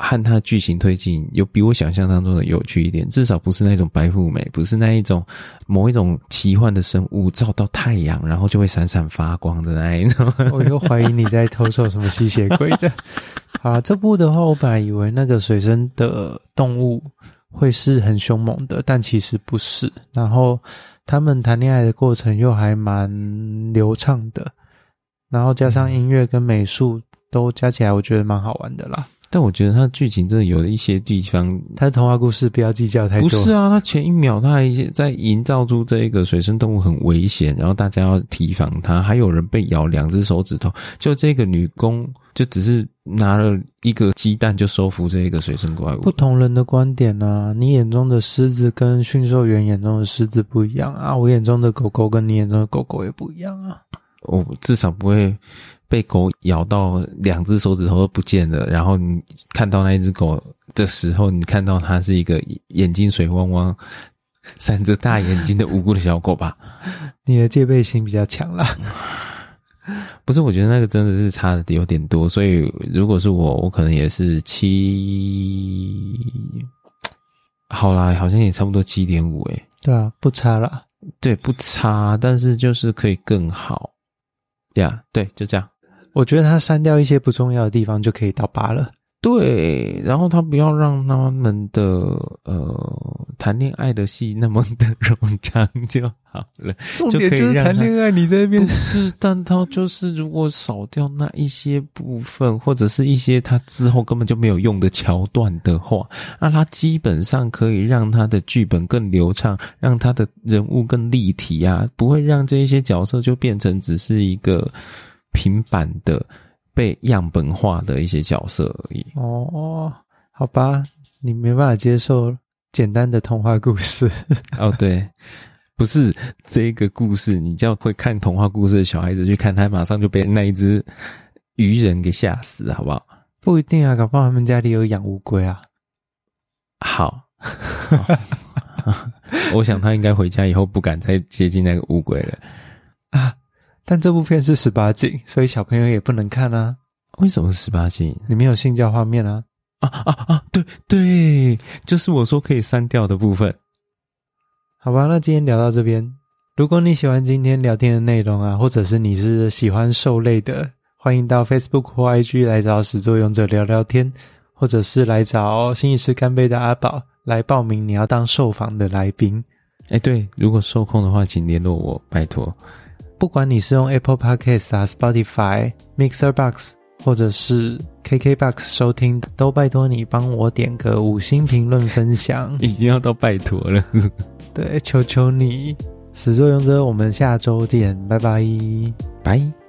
和他剧情推进有比我想象当中的有趣一点，至少不是那种白富美，不是那一种某一种奇幻的生物照到太阳然后就会闪闪发光的那一种。 (laughs)
(laughs) 我又怀疑你在偷售什么吸血鬼的。好啦，这部的话，我本来以为那个水生的动物会是很凶猛的，但其实不是。然后他们谈恋爱的过程又还蛮流
嗯
畅的，然后加上音乐跟美术都加起来，我觉得蛮好玩的啦。
但我觉得它的剧情真的有一些地方
它的童话故事不要计较太
嗯不
多。
是啊，它前一秒它还在营造出这个水生动物很危险，然后大家要提防它，还有人被咬两只手指头，就这个女工就只是拿了一个鸡蛋就收服这个水生怪物
不，同人的观点啊，你眼中的狮子跟驯兽员眼中的狮子不一样啊，我眼中的狗狗跟你眼中的狗狗也不一样啊。
我至少不会被狗咬到两只手指头都不见了，然后你看到那一只狗的时候，你看到它是一个眼睛水汪汪、闪着大眼睛的无辜的小狗吧。 (laughs)
你的戒备心比较强啦。
不是，我觉得那个真的是差的有点多，所以如果是我，我可能也是七，好啦，好像也差不多七点五诶。
(laughs) 对啊，不差啦。
对，不差，但是就是可以更好呀。对，就这样。
我觉得它删掉一些不重要的地方就可以到八了。
对，然后他不要让他们的呃谈恋爱的戏那么的 (laughs) 冗长就好了。
重
点就是谈恋
爱，你在那边
不是，但他就是如果少掉那一些部分，或者是一些他之后根本就没有用的桥段的话，那他基本上可以让他的剧本更流畅，让他的人物更立体啊，不会让这一些角色就变成只是一个平板的被样本化的一些角色而已。
(laughs) 哦，好吧，你没办法接受简单的童话故事。 (laughs)
(laughs) 哦，对，不是这个故事，你叫会看童话故事的小孩子去看，他马上就被那一只鱼人给吓死，好不好？
不一定啊，搞不好他们家里有养乌龟啊。
好， (laughs) 我想他应该回家以后不敢再接近那个乌龟了。
啊但这部片是十八禁，所以小朋友也不能看啊，
为什么十八禁
里面有性交画面啊。
啊啊啊！对对，就是我说可以删掉的部分。
好吧，那今天聊到这边。如果你喜欢今天聊天的内容啊，或者是你是喜欢兽类的，欢迎到 Facebook 或 IG 来找始作俑者聊聊天，或者是来找心理师干杯的阿宝来报名你要当受访的来宾。
哎，对，如果受控的话，请联络我，拜托。，
不管你是用 Apple Podcast 啊、Spotify、Mixer Box 或者是 KKBox 收听，都拜托你帮我点个五星评论分享
已经要到拜托了， (laughs)
对，求求你！始作俑者，我们下周见，拜拜。
拜。